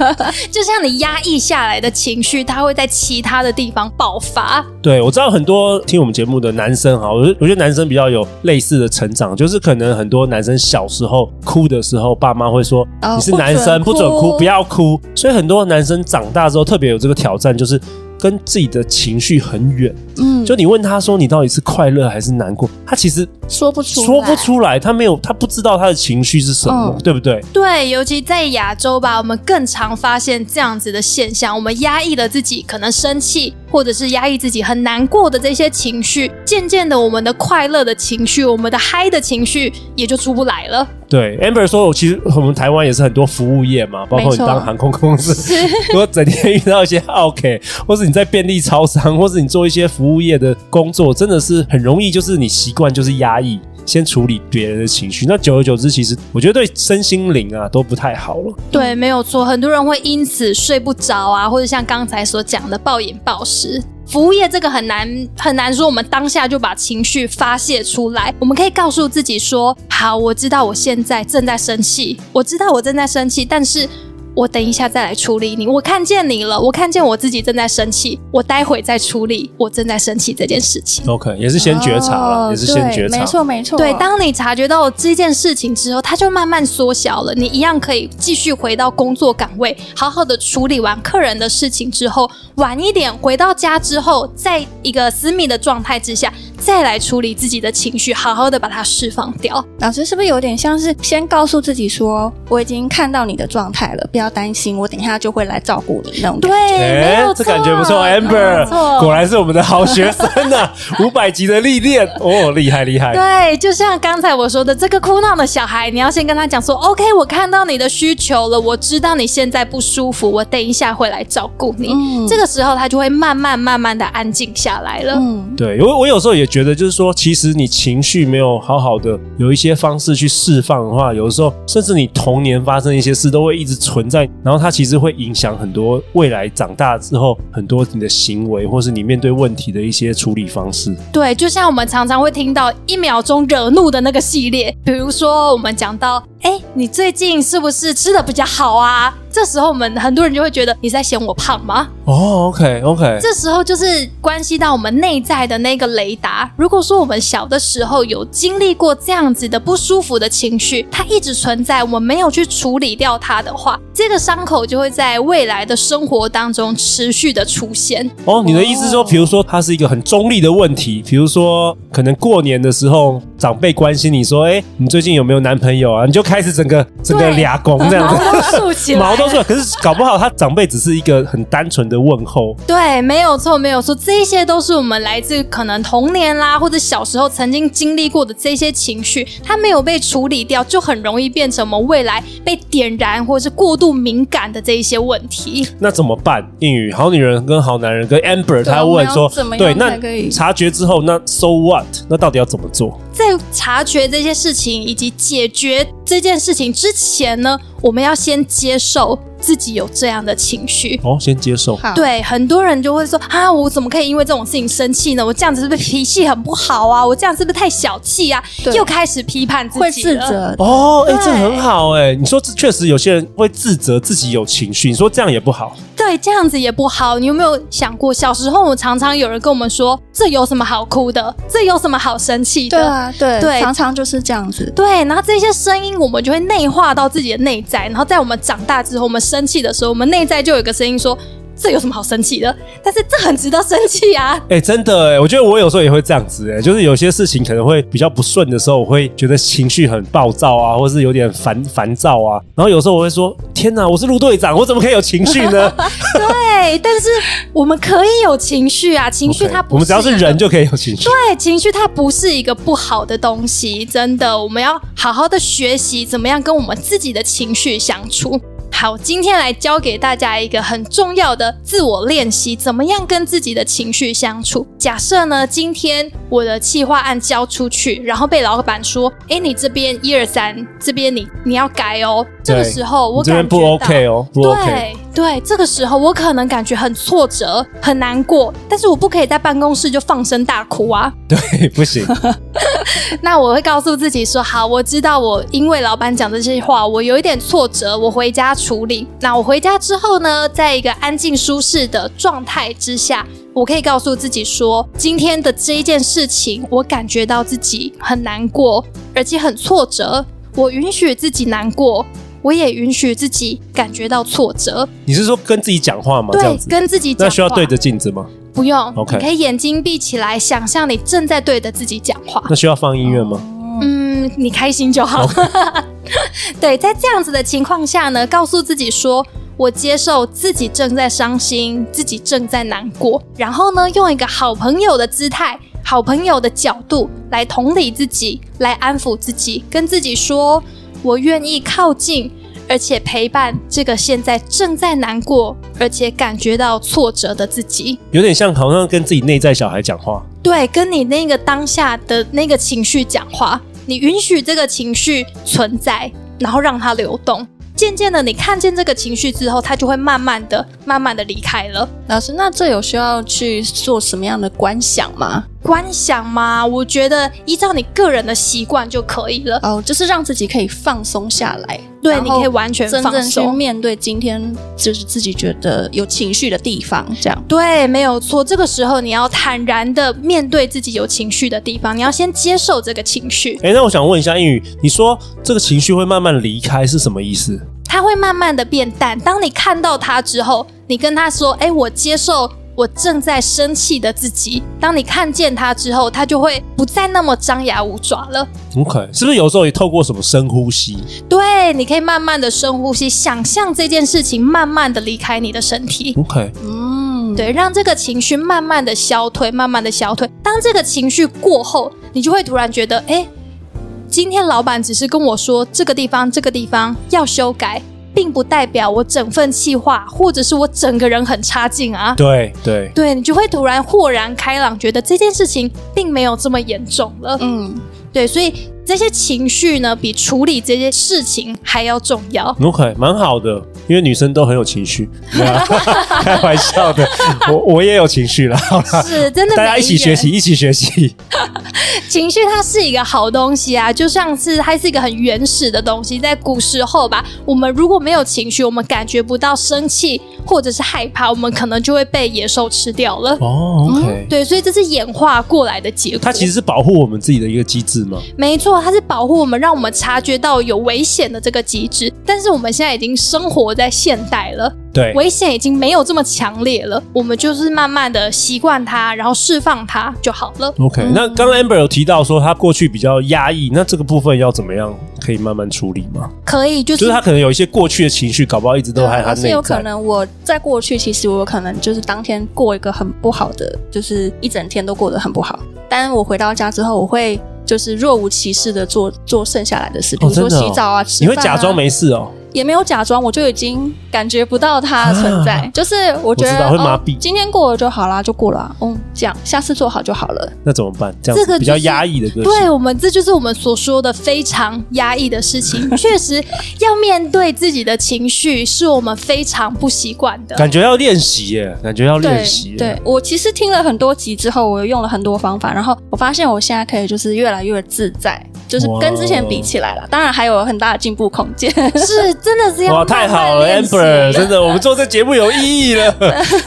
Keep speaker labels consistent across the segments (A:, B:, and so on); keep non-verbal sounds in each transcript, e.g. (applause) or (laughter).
A: (laughs) 就像你压抑下来的情绪，他会在其他的地方爆发。
B: 对，我知道很多听我们节目的男生哈，我觉得我觉得男生比较有类似的成长，就是可能很多男生小时候哭的时候，爸妈会说、
C: 哦
B: 你是男生不
C: 不
B: 准
C: 准
B: 哭，
C: 哭
B: 不要哭。所以很多男生长大之后特别有这个挑战，就是跟自己的情绪很远。
C: 嗯，
B: 就你问他说你到底是快乐还是难过，他其实
C: 说不出来
B: 说不出来，他没有他不知道他的情绪是什么，
C: 嗯
B: 对不对？
A: 对，尤其在亚洲吧，我们更常发现这样子的现象。我们压抑了自己可能生气，或者是压抑自己很难过的这些情绪，渐渐的，我们的快乐的情绪，我们的嗨的情绪也就出不来了。
B: 对，Amber 说，我其实我们台湾也是很多服务业嘛，包括你
C: 没错
B: 当航空公司， (laughs) 如果整天遇到一些 OK，或 (laughs) 是你在便利超商， (laughs) 或是你做一些服务业的工作，真的是很容易，就是你习惯就是压抑，先处理别人的情绪，那久而久之，其实我觉得对身心灵啊都不太好了。
A: 对，没有错，很多人会因此睡不着啊，或者像刚才所讲的暴饮暴食。服务业这个很难很难说，我们当下就把情绪发泄出来。我们可以告诉自己说：好，我知道我现在正在生气，我知道我正在生气，但是我等一下再来处理你。我看见你了，我看见我自己正在生气，我待会再处理我正在生气这件事情。
B: OK，也是先觉察了，
C: 哦
B: 也是先觉
C: 对
B: 察
C: 没。错没错。
A: 对，啊当你察觉到这件事情之后，它就慢慢缩小了。你一样可以继续回到工作岗位，好好的处理完客人的事情之后，晚一点回到家之后，在一个私密的状态之下，再来处理自己的情绪，好好的把它释放掉。
C: 老师是不是有点像是先告诉自己说，我已经看到你的状态了，不要担心，我等一下就会来照顾你那种感觉。
A: 对，没
B: 诶
A: 有
B: 哎这
A: 错，
B: 感觉不错
A: 没有
B: ，Amber，
A: 错
B: 果然是我们的好学生呐、 (laughs) 五百级的历练，哦，厉害厉害。
A: 对，就像刚才我说的，这个哭闹的小孩，你要先跟他讲说，OK，我看到你的需求了，我知道你现在不舒服，我等一下会来照顾你。
C: 嗯
A: 这个时候，他就会慢慢慢慢的安静下来了。
C: 嗯，
B: 对，我我有时候也觉得，就是说，其实你情绪没有好好的有一些方式去释放的话，有时候甚至你童年发生一些事都会一直存在，然后它其实会影响很多未来长大之后很多你的行为，或是你面对问题的一些处理方式。
A: 对，就像我们常常会听到一秒钟惹怒的那个系列，比如说我们讲到，哎，你最近是不是吃的比较好啊？这时候我们很多人就会觉得你在嫌我胖吗？
B: 哦，OK OK，
A: 这时候就是关系到我们内在的那个雷达。如果说我们小的时候有经历过这样子的不舒服的情绪，它一直存在，我们没有去处理掉它的话，这个伤口就会在未来的生活当中持续的出现。
B: 哦，你的意思是说，比如说它是一个很中立的问题，比如说可能过年的时候长辈关心你说，哎，你最近有没有男朋友啊？你就开始整个整个
A: 对
B: 俩拱这样子。
A: 毛都 (laughs) 竖起来了
B: 毛都出来，可是搞不好他长辈只是一个很单纯的问候，
A: 对，没有错，没有错，这些都是我们来自可能童年啦，或者小时候曾经经历过的这些情绪，它没有被处理掉，就很容易变成我们未来被点燃或是过度敏感的这一些问题。
B: 那怎么办？英语好女人跟好男人跟 Amber，
C: 对啊
B: 他问
C: 我们要
B: 说
C: 怎么，样
B: 对，
C: 才可以
B: 那察觉之后，那 so what？那到底要怎么做？
A: 在察觉这些事情以及解决这件事情之前呢，我们要先接受自己有这样的情绪。
B: 哦，先接受。
C: 好，，
A: 对，很多人就会说啊，我怎么可以因为这种事情生气呢？我这样子是不是脾气很不好啊？我这样是不是太小气啊？
C: 对
A: 又开始批判自己，呃
C: 会自。责。
B: 哦，哎、
A: 对
B: 这很好哎、你说这确实有些人会自责自己有情绪，你说这样也不好。
A: 对，这样子也不好。你有没有想过，小时候我常常有人跟我们说，这有什么好哭的？这有什么好生气的？
C: 对啊，对，
A: 对
C: 常常就是这样子。
A: 对，然后这些声音我们就会内化到自己的内在，然后在我们长大之后，我们生气的时候，我们内在就有一个声音说：“这有什么好生气的？”但是这很值得生气啊！
B: 哎、真的哎、我觉得我有时候也会这样子哎、就是有些事情可能会比较不顺的时候，我会觉得情绪很暴躁啊，或是有点烦烦躁啊。然后有时候我会说：天哪，我是陆队长，我怎么可以有情绪呢？
A: 对，但是我们可以有情绪啊，情绪
B: OK，
A: 它不
B: 我们只要是
A: 一个
B: 人就可以有情绪。
A: 对，情绪它不是一个不好的东西，真的，我们要好好的学习怎么样跟我们自己的情绪相处。好，今天来教给大家一个很重要的自我练习，怎么样跟自己的情绪相处。假设呢，今天我的企划案交出去，然后被老板说：“哎，你这边一二三，这边你你要改哦。”这个
B: 对
A: 时候我
B: 你这
A: 感
B: 边不
A: 觉到
B: OK 哦，不 OK。 (laughs)
A: 对对，这个时候我可能感觉很挫折、很难过，但是我不可以在办公室就放声大哭啊。
B: 对，不行。
A: 那我会告诉自己说，好，我知道我因为老板讲这些话，我有一点挫折，我回家处理。那我回家之后呢，在一个安静舒适的状态之下，我可以告诉自己说，今天的这一件事情，我感觉到自己很难过，而且很挫折。我允许自己难过，我也允许自己感觉到挫折。
B: 你是说跟自己讲话吗？哦这
A: 对
B: 样，子。
A: 跟自己
B: 那
A: 讲话。
B: 需要对着镜子吗？
A: 不用
B: OK
A: 你可以眼睛闭起来，想象你正在对着自己讲话。
B: 那需要放音乐吗？
A: 嗯，你开心就好。 (laughs) 对，在这样子的情况下呢，告诉自己说。我接受自己正在伤心，自己正在难过，然后呢，用一个好朋友的姿态、好朋友的角度来同理自己，来安抚自己，跟自己说：我愿意靠近，而且陪伴这个现在正在难过，而且感觉到挫折的自己。
B: 有点像好像跟自己内在小孩讲话。
A: 对，跟你那个当下的那个情绪讲话，你允许这个情绪存在，然后让它流动。渐渐的，你看见这个情绪之后，它就会慢慢的、慢慢的离开了。
C: 老师，那这有需要去做什么样的观想吗？
A: 观想嘛，我觉得依照你个人的习惯就可以了。
C: 哦，就是让自己可以放松下来。
A: 对，
C: 然
A: 你
C: 后
A: 可以完全
C: 真
A: 放
C: 正去
A: 松。
C: 面对今天就是自己觉得有情绪的地方，这样。
A: 对，没有错。这个时候你要坦然的面对自己有情绪的地方，你要先接受这个情绪，
B: 哎、那我想问一下英语，你说这个情绪会慢慢离开是什么意思？
A: 它会慢慢的变淡。当你看到它之后，你跟他说：“哎，我接受我正在生气的自己。”当你看见它之后，它就会不再那么张牙舞爪了。
B: OK，是不是有时候也透过什么深呼吸？
A: 对，你可以慢慢的深呼吸，想象这件事情慢慢的离开你的身体，
B: OK，
C: 嗯，
A: 对，让这个情绪慢慢的消退，慢慢的消退。当这个情绪过后，你就会突然觉得，哎，今天老板只是跟我说这个地方这个地方要修改，并不代表我整份气划或者是我整个人很差劲啊。
B: 对对，
A: 对你就会突然豁然开朗，觉得这件事情并没有这么严重了。
C: 嗯，
A: 对，所以这些情绪呢，比处理这些事情还要重要。
B: OK，蛮好的，因为女生都很有情绪，没有
A: (laughs)
B: 啦开玩笑的，我我也有情绪啦，好啦
A: 是真的，
B: 大家一起学习，。一起学习。
A: 情绪它是一个好东西啊，就像是它是一个很原始的东西。在古时候吧，我们如果没有情绪，我们感觉不到生气或者是害怕，我们可能就会被野兽吃掉了。
B: 哦，OK，
A: 对，所以这是演化过来的结果。
B: 它其实是保护我们自己的一个机制嘛。
A: 没错，它是保护我们，让我们察觉到有危险的这个机制。但是我们现在已经生活在现代了，
B: 对，
A: 危险已经没有这么强烈了，我们就是慢慢的习惯它，然后释放它就好了。
B: OK，、那刚刚 Amber 有提到说他过去比较压抑，那这个部分要怎么样可以慢慢处理吗？
A: 可以，就
B: 就是是他可能有一些过去的情绪，搞不好一直都还
A: 啊
B: 他
C: 而
B: 内在。
C: 且有可能我在过去，其实我有可能就是当天过一个很不好的，就是一整天都过得很不好。但我回到家之后，我会就是若无其事的做做剩下来的事，比如说
B: 真的哦
C: 洗澡啊、吃
B: 你
C: 饭、啊。
B: 会假装没事哦。
C: 也没有假装，我就已经感觉不到它的存在。
B: 啊
C: 就是我觉
B: 我
C: 得
B: 知道会麻痹
C: 哦，今天过了就好啦，就过了、啊。嗯，这样下次做好就好了。
B: 那怎么办？这样
A: 这个
B: 子比较
A: 就是
B: 压抑的个性。
A: 对我啊们，这就是我们所说的非常压抑的
B: (laughs)
A: 事情。确实，要面对自己的情绪，是我们非常不习惯的。
B: 感觉要练习耶，感觉要练习耶。
C: 对我其实听了很多集之后，我用了很多方法，然后我发现我现在可以就是越来越自在，就是跟之
B: 哦
C: 前比起来了，当然还有很大的进步空间。
A: 是，真的是要
B: 哇，太
A: 慢慢
B: 好了
A: 练习
B: ，Amber，真的，我们做这节目有意
A: (laughs)
B: 义了，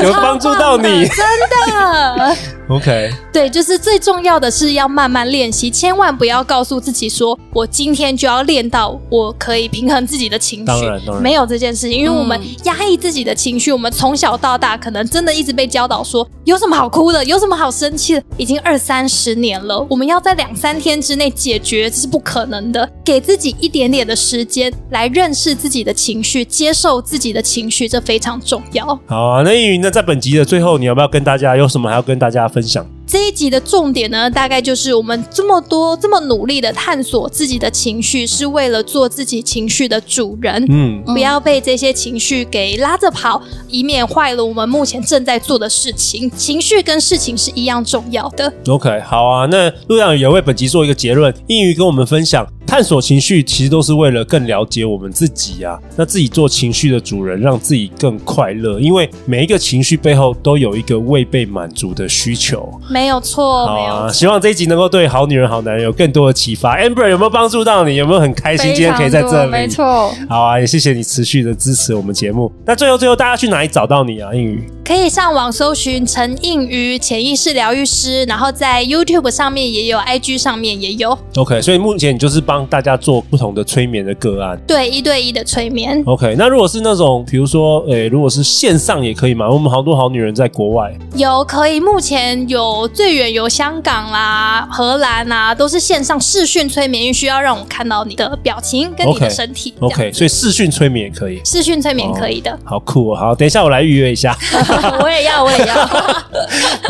B: 有帮助到你。
A: 的
B: OK，
A: 对，就是最重要的是要慢慢练习，千万不要告诉自己说我今天就要练到我可以平衡自己的情绪
B: 当然当，然
A: 没有这件事情，因为我们
C: 嗯
A: 压抑自己的情绪，我们从小到大可能真的一直被教导说有什么好哭的，有什么好生气的，已经二三十年了，我们要在两三天之内解决这是不可能的，给自己一点点的时间来认识自己的情绪，接受自己的情绪，这非常重要。
B: 好啊。那易云，那在本集的最后，你要不要跟大家有什么还要跟大家分享？
A: 这一集的重点呢，大概就是我们这么多这么努力的探索自己的情绪，是为了做自己情绪的主人，
B: 嗯，
C: 嗯
A: 不要被这些情绪给拉着跑，以免坏了我们目前正在做的事情。情绪跟事情是一样重要的。
B: OK，好啊，那陆阳也为本集做一个结论，英语跟我们分享，探索情绪其实都是为了更了解我们自己啊，那自己做情绪的主人，让自己更快乐，因为每一个情绪背后都有一个未被满足的需求。
A: 没有
C: 哦
A: 错，
B: 好
A: 没有
B: 啊，
A: 错。
B: 希望这一集能够对好女人、好男人有更多的启发。Amber 有没有帮助到你？有没有很开心今天可以在
C: 非
B: 这
C: 常多没
B: 里？
C: 错。
B: 好啊，也谢谢你持续的支持我们节目。那最后最后，大家去哪里找到你啊？英语
A: 可以上网搜寻陈映瑜潜意识疗愈师，然后在 YouTube 上面也有，IG 上面也有，
B: OK，所以目前你就是帮大家做不同的催眠的个案。
A: 对一对一的催眠。
B: OK，那如果是那种，比如说，诶、如果是线上也可以嘛？我们好多好女人在国外，
A: 有可以，目前有最远有香港啦、荷兰啦，都是线上视讯催眠，需要让我看到你的表情跟你
B: OK，
A: 的身体。这样
B: OK，所以视讯催眠也可以。
A: 视讯催眠可以的。
B: 好酷哦！好，等一下我来预约一下。
A: (laughs) 我也要，我也 (laughs) 要。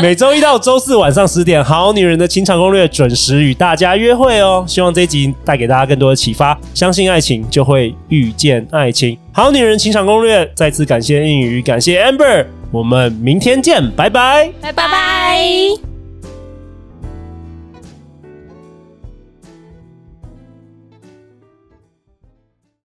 B: 每周一到周四晚上十点，《好女人的情场攻略》准时与大家约会哦。希望这一集带给大家更多的启发，相信爱情就会遇见爱情。《好女人情场攻略》再次感谢应宇，感谢 Amber，我们明天见，拜拜。
A: 拜拜。